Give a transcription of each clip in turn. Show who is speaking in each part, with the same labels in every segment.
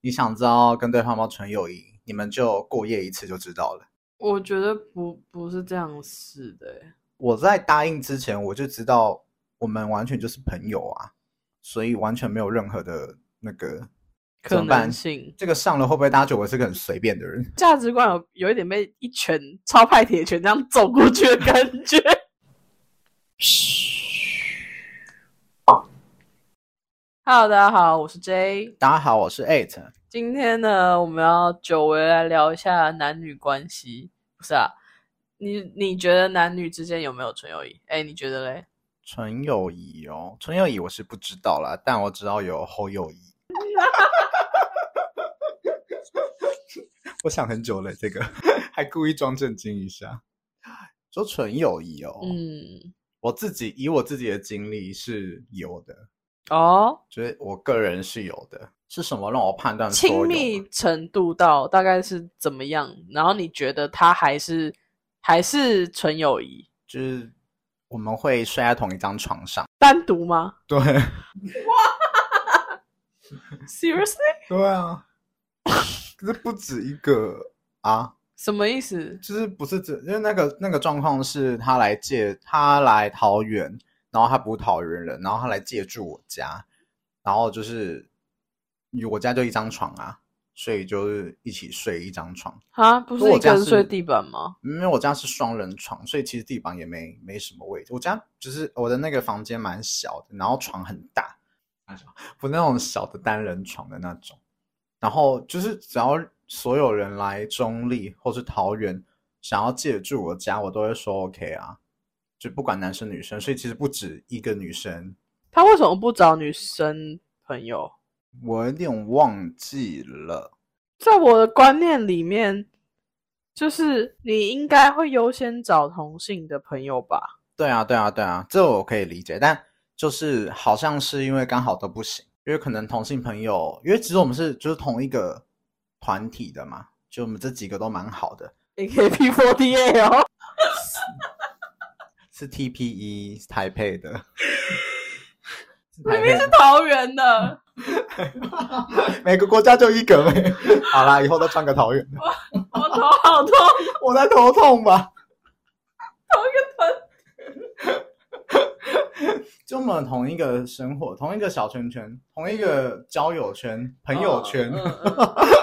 Speaker 1: 你想知道跟对方有没有纯友谊，你们就过夜一次就知道了。
Speaker 2: 我觉得不不是这样式的欸，
Speaker 1: 我在答应之前我就知道我们完全就是朋友啊，所以完全没有任何的那个怎
Speaker 2: 可
Speaker 1: 么办
Speaker 2: 能性
Speaker 1: 这个上了会不会大家觉得我是个很随便的人？
Speaker 2: 价值观有有一点被一拳超派铁拳这样走过去的感觉。Hello，大家好，我是 J。
Speaker 1: 大家好，我是 Eight，
Speaker 2: 今天呢，我们要久违来聊一下男女关系，不是啊？你你觉得男女之间有没有纯友谊？哎，你觉得嘞？
Speaker 1: 纯友谊哦，纯友谊我是不知道啦，但我知道有后友谊。 我想很久了，这个还故意装震惊一下，说纯友谊哦。
Speaker 2: 嗯，
Speaker 1: 我自己以我自己的经历是有的，
Speaker 2: 哦，
Speaker 1: 就是我个人是有的。是什么让我判断说有
Speaker 2: 亲密程度到大概是怎么样？然后你觉得他还是还是纯友谊？
Speaker 1: 就是我们会睡在同一张床上，
Speaker 2: 单独吗
Speaker 1: 对
Speaker 2: ？Seriously？
Speaker 1: 对啊， 可是不止一个啊。
Speaker 2: 什么意思？
Speaker 1: 就是不是只，因为那个那个状况是他来借，他来桃园，然后他不是桃园人，然后他来借住我家，然后就是我家就一张床啊，所以就是一起睡一张床。
Speaker 2: 啊，不是
Speaker 1: 我
Speaker 2: 一个
Speaker 1: 家
Speaker 2: 人
Speaker 1: 是
Speaker 2: 睡地板吗？？
Speaker 1: 因为我家是双人床，所以其实地板也没没什么位置。我家就是我的那个房间蛮小的，然后床很大，不那种小的单人床的那种。然后就是只要所有人来中立或是桃园想要借住我家，我都会说 OK 啊，就不管男生女生。所以其实不止一个女生，
Speaker 2: 他为什么不找女生朋友？
Speaker 1: 我有点忘记了。
Speaker 2: 在我的观念里面，就是你应该会优先找同性的朋友吧？
Speaker 1: 对啊，对啊，对啊，这我可以理解，但就是好像是因为刚好都不行，因为可能同性朋友，因为其实我们是就是同一个团体的嘛，就我们这几个都蛮好的，
Speaker 2: AKB48 哦，
Speaker 1: 是 TPE 台配的，是
Speaker 2: 明
Speaker 1: 台
Speaker 2: 明
Speaker 1: 配
Speaker 2: 是
Speaker 1: 的
Speaker 2: 桃园的，
Speaker 1: 每个国家就一个呗。好啦，以后都穿个桃园的，
Speaker 2: 我头好痛，
Speaker 1: 我在头痛吧。就我们同一个生活，同一个小圈圈，同一个交友圈、朋友圈。
Speaker 2: 嗯嗯嗯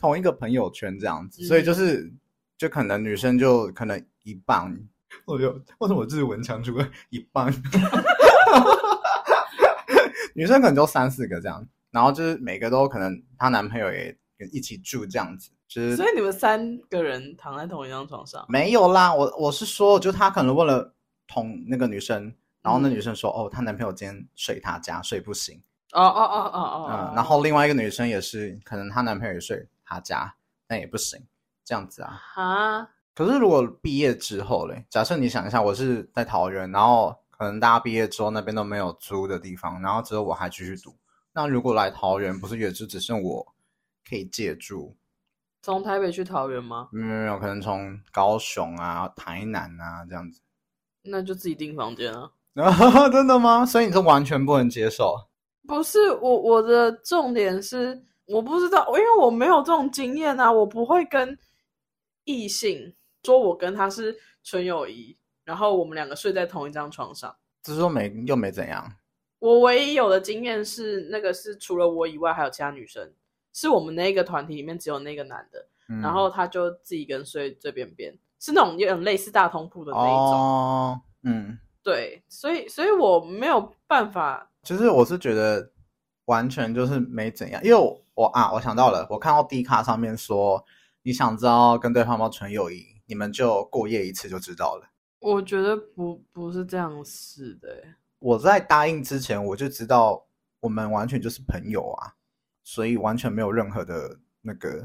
Speaker 1: 同一个朋友圈这样子，所以就是就可能女生就可能一半，我就为什么日文强出来一半， 女生可能就三四个这样，然后就是每个都可能她男朋友也一起住这样子， 就是
Speaker 2: 嗯所以你们三个人躺在同一张床上，
Speaker 1: 没有啦，我我是说，就她可能为了同那个女生，然
Speaker 2: 嗯
Speaker 1: 后那女生说、哦，她男朋友今天睡她家，所以不行，
Speaker 2: 哦哦哦哦哦，哦
Speaker 1: 嗯，然后另外一个女生也是，可能她男朋友也睡她家，但也不行，这样子啊。
Speaker 2: 啊，
Speaker 1: 可是如果毕业之后嘞，假设你想一下，我是在桃园，然后可能大家毕业之后那边都没有租的地方，然后只有我还继续读。那如果来桃园，不是也就只剩我可以借住？
Speaker 2: 从台北去桃园吗？
Speaker 1: 没有没有没有，可能从高雄啊、台南啊这样子。
Speaker 2: 那就自己订房间啊。
Speaker 1: 真的吗？所以你是完全不能接受？
Speaker 2: 不是我，我的重点是我不知道，因为我没有这种经验啊，我不会跟异性说我跟他是纯友谊，然后我们两个睡在同一张床上。
Speaker 1: 就是说没又没怎样，
Speaker 2: 我唯一有的经验是，那个是除了我以外还有其他女生，是我们那个团体里面只有那个男的，
Speaker 1: 嗯
Speaker 2: 然后他就自己一个人睡最边边，是那种有点类似大通铺的那一种。
Speaker 1: 哦，嗯，
Speaker 2: 对，所以所以我没有办法，
Speaker 1: 就是我是觉得完全就是没怎样，因为我我啊，我想到了，我看到 D 卡上面说，你想知道跟对方有没有纯友谊，你们就过夜一次就知道了。
Speaker 2: 我觉得不不是这样式的欸、
Speaker 1: 我在答应之前，我就知道我们完全就是朋友啊，所以完全没有任何的那个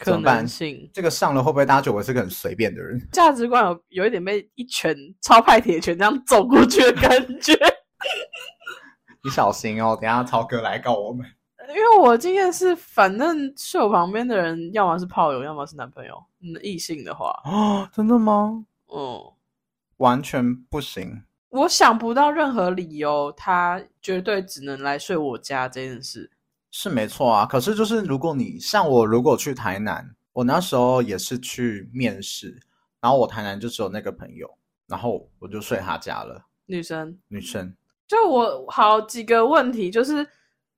Speaker 1: 怎
Speaker 2: 可
Speaker 1: 么办
Speaker 2: 能性。
Speaker 1: 这个上了会不会大家觉得我是个很随便的人？
Speaker 2: 价值观有有一点被一拳超派铁拳这样走过去的感觉。
Speaker 1: 你小心哦，等一下超哥来告我们。
Speaker 2: 因为我经验是，反正睡我旁边的人，要么是炮友，要么是男朋友。嗯，异性的话，
Speaker 1: 哦，真的吗？
Speaker 2: 嗯，
Speaker 1: 完全不行。
Speaker 2: 我想不到任何理由，他绝对只能来睡我家这件事。
Speaker 1: 是没错啊。可是就是如果你像我，如果去台南，我那时候也是去面试，然后我台南就只有那个朋友，然后我就睡他家了，
Speaker 2: 女生，
Speaker 1: 女生。
Speaker 2: 就我好几个问题，就是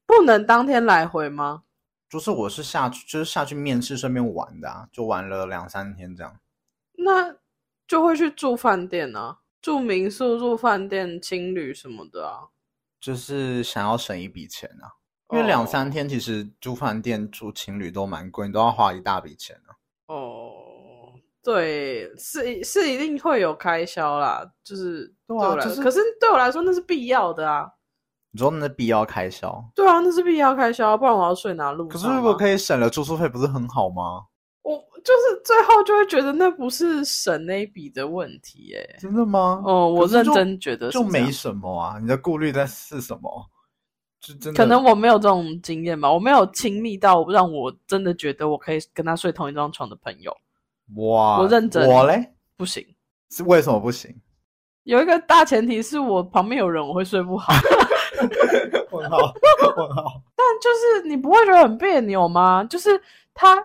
Speaker 2: 不能当天来回吗？
Speaker 1: 就是我是下去，就是下去面试，顺便玩的啊，就玩了两三天这样。
Speaker 2: 那就会去住饭店啊，住民宿、住饭店、青旅什么的啊。
Speaker 1: 就是想要省一笔钱啊，因为两
Speaker 2: 哦
Speaker 1: 三天其实住饭店、住情侣都蛮贵，你都要花一大笔钱啊。
Speaker 2: 哦，对，是是一定会有开销啦，就是
Speaker 1: 对
Speaker 2: 我
Speaker 1: 啊
Speaker 2: 来，
Speaker 1: 就是
Speaker 2: 可是对我来说那是必要的啊。
Speaker 1: 你说那必要开销，
Speaker 2: 对啊，那是必要开销，不然我要睡哪路
Speaker 1: 可
Speaker 2: 上
Speaker 1: 是
Speaker 2: 啊？
Speaker 1: 如果可以省了住宿费，不是很好吗？
Speaker 2: 我就是最后就会觉得那不是省那一笔的问题、耶。
Speaker 1: 真的吗？
Speaker 2: 哦，我
Speaker 1: 可是
Speaker 2: 认
Speaker 1: 就
Speaker 2: 真觉得是
Speaker 1: 就
Speaker 2: 这样
Speaker 1: 没什么啊，你的顾虑在是什么？就真的
Speaker 2: 可能我没有这种经验吧，我没有亲密到让我真的觉得我可以跟他睡同一张床的朋友，
Speaker 1: 哇，
Speaker 2: 我认真
Speaker 1: 我嘞
Speaker 2: 不行。
Speaker 1: 是为什么不行？
Speaker 2: 有一个大前提是我旁边有人，我会睡不好。
Speaker 1: 问号问号，
Speaker 2: 就是你不会觉得很别扭吗？就是他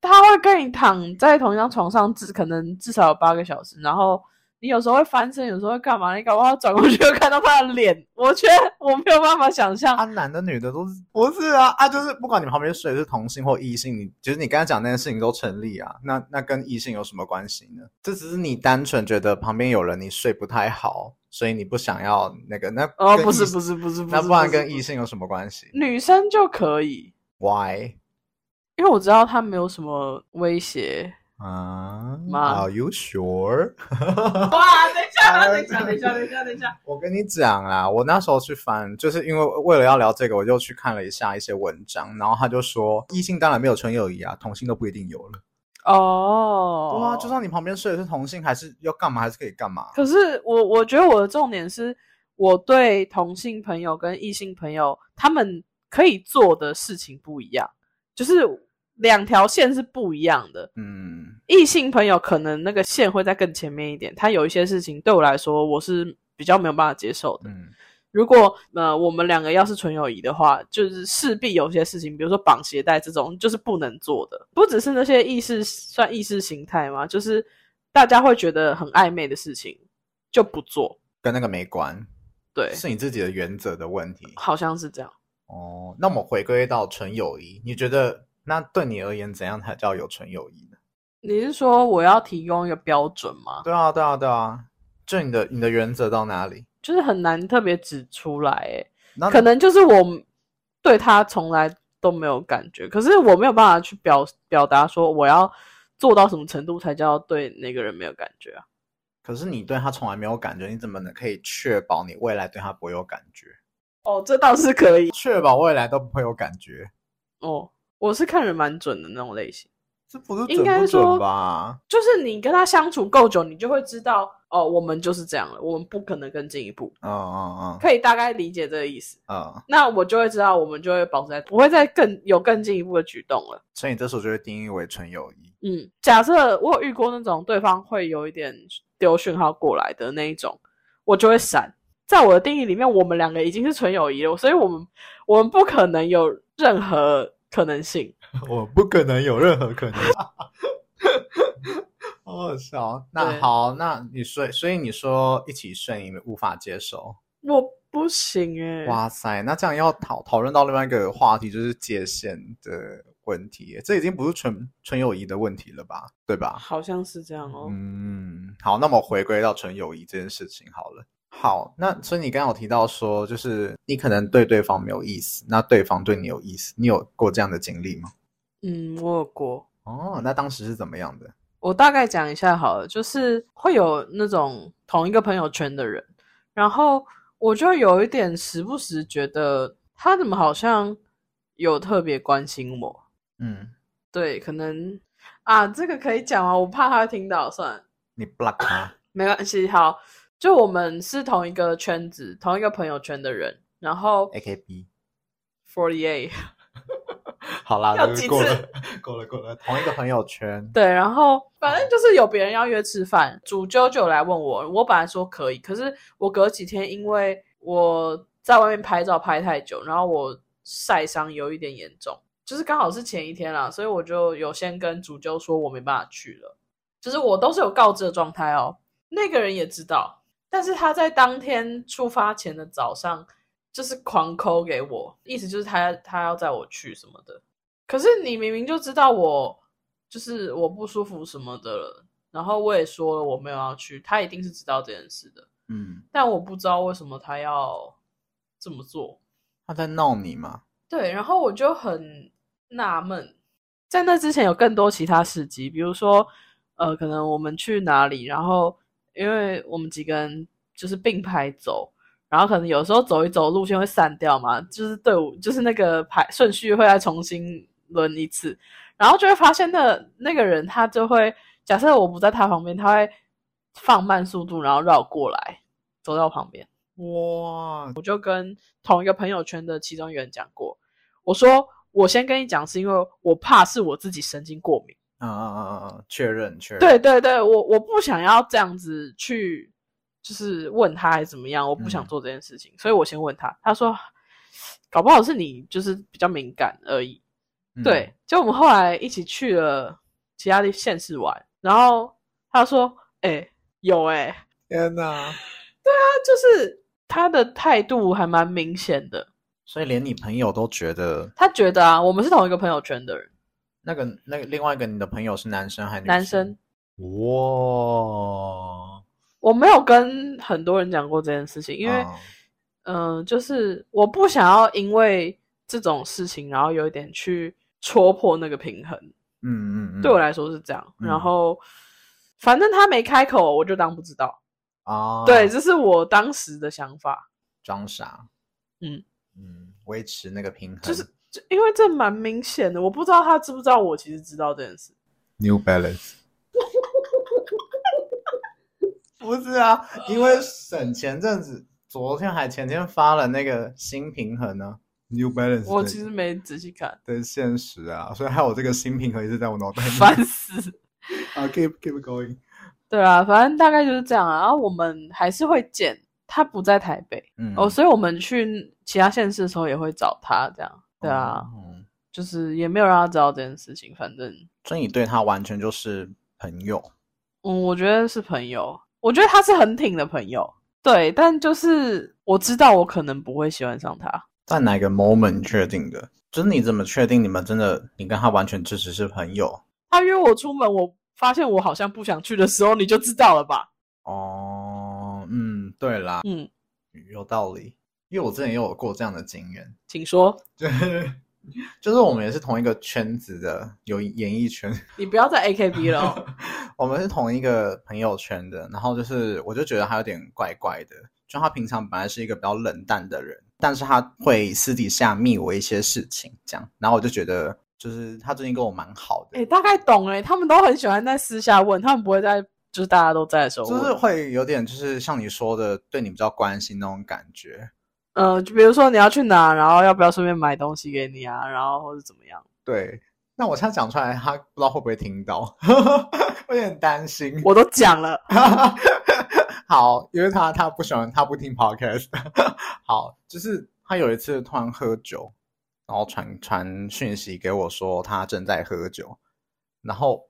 Speaker 2: 他会跟你躺在同一张床上，至可能至少有八个小时，然后你有时候会翻身，有时候会干嘛？你搞不好转过去又看到他的脸，我觉得我没有办法想象。
Speaker 1: 啊，男的女的都是不是啊啊，就是不管你旁边睡的是同性或异性，你就是你刚才讲那件事情都成立啊，那那跟异性有什么关系呢？这只是你单纯觉得旁边有人你睡不太好，所以你不想要那个那
Speaker 2: 哦，
Speaker 1: 跟
Speaker 2: 不是
Speaker 1: 异性
Speaker 2: 不是不是不是，
Speaker 1: 那不然跟
Speaker 2: 不是
Speaker 1: 异性有什么关系
Speaker 2: 女生就可以，
Speaker 1: ？Why？
Speaker 2: 因为我知道他没有什么威胁。
Speaker 1: 啊、
Speaker 2: 妈
Speaker 1: a r e you sure？
Speaker 2: 哇，等一
Speaker 1: 下等一下等一下
Speaker 2: 等一下，等一下，
Speaker 1: 我跟你讲啦，我那时候去翻，就是因为为了要聊这个，我就去看了一下一些文章，然后他就说，异性当然没有纯友谊啊，同性都不一定有了。
Speaker 2: 哦，
Speaker 1: 对啊，就算你旁边睡的是同性，还是要干嘛，还是可以干嘛。
Speaker 2: 可是我我觉得我的重点是，我对同性朋友跟异性朋友他们可以做的事情不一样，就是两条线是不一样的。
Speaker 1: 嗯，
Speaker 2: 异性朋友可能那个线会在更前面一点，他有一些事情对我来说我是比较没有办法接受的。
Speaker 1: 嗯，
Speaker 2: 如果呃我们两个要是纯友谊的话，就是势必有些事情，比如说绑鞋带这种，就是不能做的。不只是那些意识算意识形态嘛，就是大家会觉得很暧昧的事情就不做。
Speaker 1: 跟那个没关，
Speaker 2: 对，
Speaker 1: 是你自己的原则的问题。
Speaker 2: 好像是这样。
Speaker 1: 哦，那我们回归到纯友谊，你觉得那对你而言怎样才叫有纯友谊呢？
Speaker 2: 你是说我要提供一个标准吗？
Speaker 1: 对啊，对啊，对啊，就你的你的原则到哪里？
Speaker 2: 就是很难特别指出来、欸，
Speaker 1: 那
Speaker 2: 可能就是我对他从来都没有感觉，可是我没有办法去表表达说我要做到什么程度才叫对那个人没有感觉啊。
Speaker 1: 可是你对他从来没有感觉，你怎么能可以确保你未来对他不会有感觉？
Speaker 2: 哦，这倒是可以。
Speaker 1: 确保未来都不会有感觉，
Speaker 2: 哦，我是看人蛮准的那种类型，
Speaker 1: 这不是
Speaker 2: 应
Speaker 1: 准
Speaker 2: 该
Speaker 1: 不
Speaker 2: 说
Speaker 1: 准吧？
Speaker 2: 就是你跟他相处够久，你就会知道哦，我们就是这样了，我们不可能更进一步，
Speaker 1: 嗯嗯嗯
Speaker 2: 可以大概理解这个意思。
Speaker 1: 嗯，
Speaker 2: 那我就会知道，我们就会保持在不会再更有更进一步的举动了。
Speaker 1: 所以你这时候就会定义为纯友谊。
Speaker 2: 嗯，假设我有遇过那种对方会有一点丢讯号过来的那一种，我就会闪。在我的定义里面，我们两个已经是纯友谊了，所以我们我们不可能有任何可能性。
Speaker 1: 我不可能有任何可能。 好好笑哦。那
Speaker 2: 对
Speaker 1: 好，那你睡，所以你说一起睡，你们无法接受。
Speaker 2: 我不行哎、
Speaker 1: 哇塞，那这样要讨讨论到另外一个话题，就是界限的问题耶。这已经不是纯纯友谊的问题了吧？对吧？
Speaker 2: 好像是这样哦。
Speaker 1: 嗯，好，那么回归到纯友谊这件事情好了。好，那所以你刚刚有提到说，就是你可能对对方没有意思，那对方对你有意思，你有过这样的经历吗？
Speaker 2: 嗯，我有过。
Speaker 1: 哦，那当时是怎么样的？
Speaker 2: 我大概讲一下好了，就是会有那种同一个朋友圈的人，然后我就有一点时不时觉得他怎么好像有特别关心我。
Speaker 1: 嗯，
Speaker 2: 对，可能啊，这个可以讲吗？我怕他会听到，算了，
Speaker 1: 你 block 他，
Speaker 2: 没关系。好，就我们是同一个圈子、同一个朋友圈的人，然后
Speaker 1: AKB。
Speaker 2: forty eight。
Speaker 1: 好啦，
Speaker 2: 要
Speaker 1: 就是
Speaker 2: 几
Speaker 1: 过
Speaker 2: 次
Speaker 1: 了，过了，过了，同一个朋友圈。
Speaker 2: 对，然后 反正就是有别人要约吃饭，主揪就有来问我，我本来说可以，可是我隔几天因为我在外面拍照拍太久，然后我晒伤有一点严重，就是刚好是前一天啦，所以我就有先跟主揪说我没办法去了，就是我都是有告知的状态哦。那个人也知道，但是他在当天出发前的早上就是狂抠给我，意思就是他他要载我去什么的。可是你明明就知道我就是我不舒服什么的了，然后我也说了我没有要去，他一定是知道这件事的，
Speaker 1: 嗯，
Speaker 2: 但我不知道为什么他要这么做。
Speaker 1: 他在闹你吗？
Speaker 2: 对，然后我就很纳闷，在那之前有更多其他事迹，比如说，呃，可能我们去哪里，然后因为我们几个人就是并排走，然后可能有时候走一走路线会散掉嘛，就是队伍就是那个排顺序会再重新轮一次，然后就会发现那那个人他就会假设我不在他旁边，他会放慢速度，然后绕过来走到我旁边。
Speaker 1: 哇，
Speaker 2: 同一个朋友圈的其中一个人讲过，我说我先跟你讲，是因为我怕是我自己神经过敏。
Speaker 1: 啊啊啊啊啊！确认确认，
Speaker 2: 对对对，我我不想要这样子去，就是问他还是怎么样，我不想
Speaker 1: 嗯
Speaker 2: 做这件事情，所以我先问他。他说，搞不好是你就是比较敏感而已。
Speaker 1: 嗯
Speaker 2: 对，，就我们后来一起去了其他的县市玩，然后他说，哎、有哎、
Speaker 1: 天哪！
Speaker 2: 他就是他的态度还蛮明显的，
Speaker 1: 所以连你朋友都觉得
Speaker 2: 他觉得啊，我们是同一个朋友圈的人。
Speaker 1: 那个那个另外一个你的朋友是男生还哦是女
Speaker 2: 男生？
Speaker 1: 哇，
Speaker 2: 我没有跟很多人讲过这件事情，因为，
Speaker 1: 嗯
Speaker 2: 嗯、就是我不想要因为这种事情，然后有一点去戳破那个平衡。
Speaker 1: 嗯嗯，
Speaker 2: 对我
Speaker 1: 来
Speaker 2: 来说是这样。
Speaker 1: 嗯
Speaker 2: 然后，反正他没开口，我就当不知道。
Speaker 1: 啊，
Speaker 2: 对，这是我当时的想法，
Speaker 1: 装傻，
Speaker 2: 嗯
Speaker 1: 嗯，维持那个平衡，
Speaker 2: 就是就因为这蛮明显的，我不知道他知不知道我其实知道这件事。
Speaker 1: New Balance。不是啊，因为省前阵子，昨天还前天发了那个新平衡呢、New Balance
Speaker 2: 我
Speaker 1: 的
Speaker 2: 其实没仔细看，
Speaker 1: 的现实啊，所以还有这个新平衡一直在我脑袋里面。
Speaker 2: 烦死。
Speaker 1: 啊，keep keep going。
Speaker 2: 对啊，反正大概就是这样啊。然后我们还是会见，他不在台北。
Speaker 1: 嗯
Speaker 2: 哦，所以我们去其他县市的时候也会找他，这样对啊，
Speaker 1: 嗯
Speaker 2: 就是也没有让他知道这件事情。反正，
Speaker 1: 所以你对他完全就是朋友，
Speaker 2: 嗯，我觉得是朋友，我觉得他是很挺的朋友，对，但就是我知道我可能不会喜欢上他，
Speaker 1: 在哪个 moment 确定的？就是你怎么确定你们真的，你跟他完全就只是朋友？
Speaker 2: 他约我出门，我发现我好像不想去的时候，你就知道了吧？
Speaker 1: 哦，嗯，对啦，
Speaker 2: 嗯，
Speaker 1: 有道理，因为我之前也有过这样的经验，
Speaker 2: 请说，
Speaker 1: 就是就是我们也是同一个圈子的，有演艺圈，
Speaker 2: 你不要再 A K B 了哦、
Speaker 1: 我们是同一个朋友圈的，然后就是我就觉得他有点怪怪的，就他平常本来是一个比较冷淡的人，但是他会私底下密我一些事情，这样，然后我就觉得就是他最近跟我蛮好的，
Speaker 2: 哎、大概懂哎、他们都很喜欢在私下问，他们不会在就是大家都在的时候问，
Speaker 1: 就是会有点就是像你说的，对你比较关心那种感觉，
Speaker 2: 呃，就比如说你要去哪，然后要不要顺便买东西给你啊，然后或者怎么样。
Speaker 1: 对。那我现在讲出来，他不知道会不会听到， 我有点担心。
Speaker 2: 我都讲了，
Speaker 1: 好，因为他他不喜欢，他不听 podcast。好，就是他有一次突然喝酒，然后传传讯息给我说他正在喝酒，然后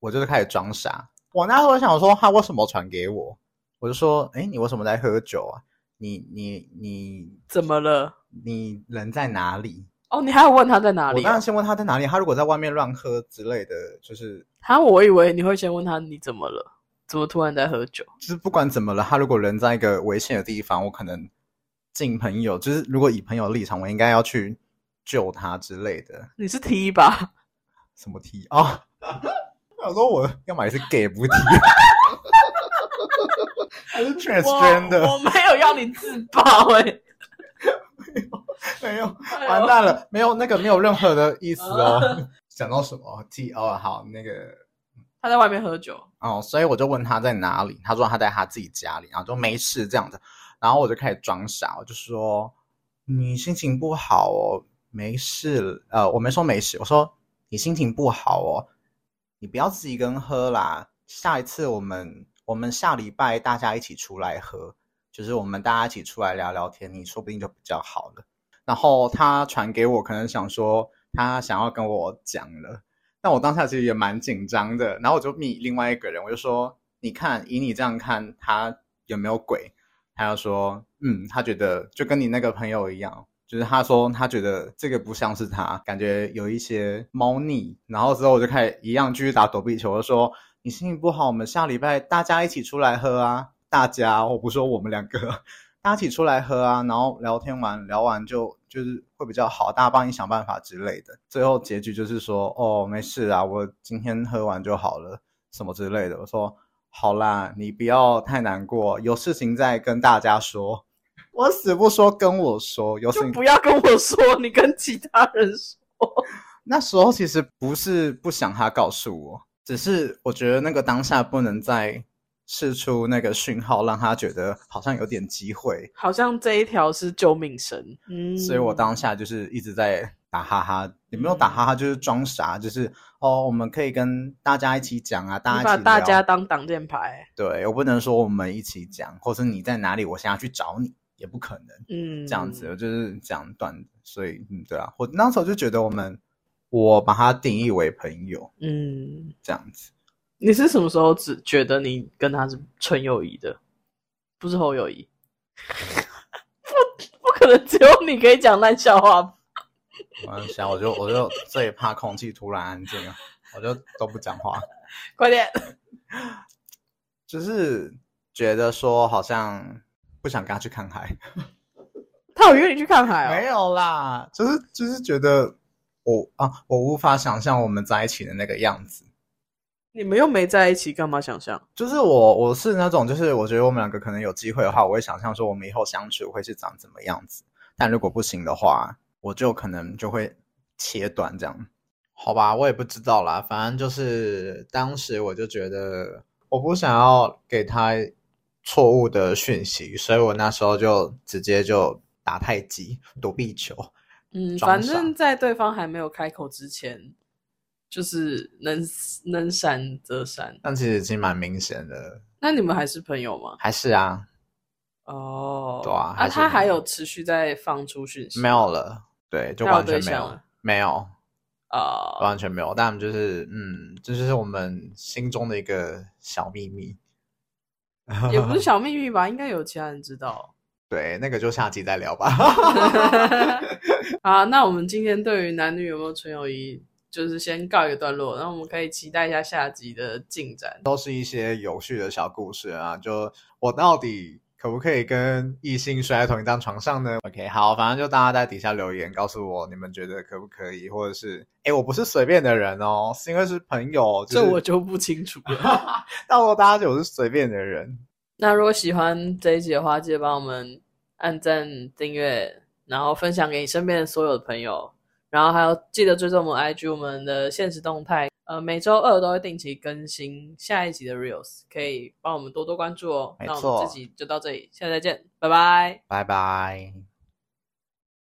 Speaker 1: 我就是开始装傻。我那时候想说他为什么传给我，我就说，哎，你为什么在喝酒啊？你你你
Speaker 2: 怎么了？
Speaker 1: 你人在哪里？
Speaker 2: 哦，你还有问他在哪
Speaker 1: 我
Speaker 2: 里、
Speaker 1: 当
Speaker 2: 啊
Speaker 1: 然？先问他在哪里。他如果在外面乱喝之类的，就是
Speaker 2: 他我以为你会先问他你怎么了，怎么突然在喝酒？
Speaker 1: 就是不管怎么了，他如果人在一个危险的地方，我可能尽朋友，就是如果以朋友的立场，我应该要去救他之类的。
Speaker 2: 你是 T 吧？
Speaker 1: 什么 T 啊？ 我想说我要买是 gay 不 T，还是
Speaker 2: 我
Speaker 1: transgender？
Speaker 2: 我没有要你自爆哎、
Speaker 1: 没有，
Speaker 2: 哎 呦啊
Speaker 1: 完蛋了，没有那个没有任何的意思哦。想到什么 T 哦，好那个
Speaker 2: 他在外面喝酒，
Speaker 1: 哦，所以我就问他在哪里，他说他在他自己家里，然后就没事这样子，然后我就开始装傻，我就说你心情不好哦，没事，呃，我没说没事，我说你心情不好哦，你不要自己一个人喝啦，下一次我们我们下礼拜大家一起出来喝，就是我们大家一起出来聊聊天，你说不定就比较好了。然后他传给我，可能想说他想要跟我讲了。但我当下其实也蛮紧张的，然后我就密另外一个人，我就说：“你看，以你这样看，他有没有鬼？”他就说：“嗯，他觉得就跟你那个朋友一样，就是他说他觉得这个不像是他，感觉有一些猫腻。”然后之后我就开始一样继续打躲避球，我就说：“你心情不好，我们下礼拜大家一起出来喝啊！大家，我不说我们两个， 大家一起出来喝啊！然后聊天完聊完就就是会比较好，大家帮你想办法之类的。最后结局就是说，哦，没事啊，我今天喝完就好了，什么之类的。我说好啦，你不要太难过，有事情再跟大家说。 我死不说跟我说，有事
Speaker 2: 就
Speaker 1: 情
Speaker 2: 不要跟我说，你跟其他人说。
Speaker 1: 那时候其实不是不想他告诉我，只是我觉得那个当下不能再试出那个讯号，让他觉得好像有点机会，
Speaker 2: 好像这一条是救命绳，嗯，
Speaker 1: 所以我当下就是一直在打哈哈，也没有打哈哈，就是装傻，就是哦，我们可以跟大家一起讲啊，大
Speaker 2: 你
Speaker 1: 家
Speaker 2: 把
Speaker 1: 一起
Speaker 2: 大
Speaker 1: 聊
Speaker 2: 家当挡箭牌，
Speaker 1: 对我不能说我们一起讲，或是你在哪里，我现在去找你，也不可能。
Speaker 2: 嗯，
Speaker 1: 这样子，我就是这样断的。所以，嗯，对啊，我那时候就觉得我们，我把它定义为朋友
Speaker 2: 嗯，
Speaker 1: 这样子。
Speaker 2: 你是什么时候只觉得你跟他是纯友谊的，不是后友谊？不，不可能只有你可以讲烂笑话吧。
Speaker 1: 我就啊想，我就我就最怕空气突然安静了，我就都不讲话，
Speaker 2: 快点，
Speaker 1: 只是觉得说好像不想跟他去看海。
Speaker 2: 他有约你去看海哦？
Speaker 1: 没有啦，就是就是觉得我啊，我无法想象我们在一起的那个样子。
Speaker 2: 你们又没在一起，干嘛想象？
Speaker 1: 就是我我是那种，就是我觉得我们两个可能有机会的话，我会想象说我们以后相处会是长怎么样子。但如果不行的话，我就可能就会切断这样。好吧，我也不知道啦，反正就是当时我就觉得我不想要给他错误的讯息，所以我那时候就直接就打太极、躲避球。
Speaker 2: 嗯，
Speaker 1: 装
Speaker 2: 反
Speaker 1: 傻
Speaker 2: 正在对方还没有开口之前，就是能能闪则闪。
Speaker 1: 但其实已经蛮明显的，
Speaker 2: 那你们还是朋友吗？
Speaker 1: 还是啊，
Speaker 2: 哦，
Speaker 1: 对啊还是
Speaker 2: 他还
Speaker 1: 没有
Speaker 2: 有持续在放出讯息，
Speaker 1: 没有了，对，就
Speaker 2: 他有
Speaker 1: 完全
Speaker 2: 对
Speaker 1: 没
Speaker 2: 象
Speaker 1: 有
Speaker 2: 了，
Speaker 1: 没有。
Speaker 2: 啊、
Speaker 1: 完全没有，但就是嗯，这就是我们心中的一个小秘密。 啊
Speaker 2: 也不是小秘密吧，应该有其他人知道。
Speaker 1: 对，那个就下集再聊吧。
Speaker 2: 好，那我们今天对于男女有没有纯友谊，就是先告一个段落，然后我们可以期待一下下集的进展。
Speaker 1: 都是一些有趣的小故事啊，就我到底可不可以跟异性睡在同一张床上呢？OK，好，反正就大家在底下留言告诉我，你们觉得可不可以，或者是哎，我不是随便的人哦，是因为是朋友，
Speaker 2: 这我
Speaker 1: 就是、
Speaker 2: 就不清楚了。
Speaker 1: 到时候大家就我是随便的人，
Speaker 2: 那如果喜欢这一集的话，记得帮我们按赞、订阅，然后分享给你身边的所有的朋友，然后还有记得追踪我们 IG 我们的现实动态，呃，每周二都会定期更新下一集的 Reels，可以帮我们多多关注哦。
Speaker 1: 没
Speaker 2: 那我
Speaker 1: 错
Speaker 2: 们这集就到这里，下次再见，拜拜。
Speaker 1: 拜拜。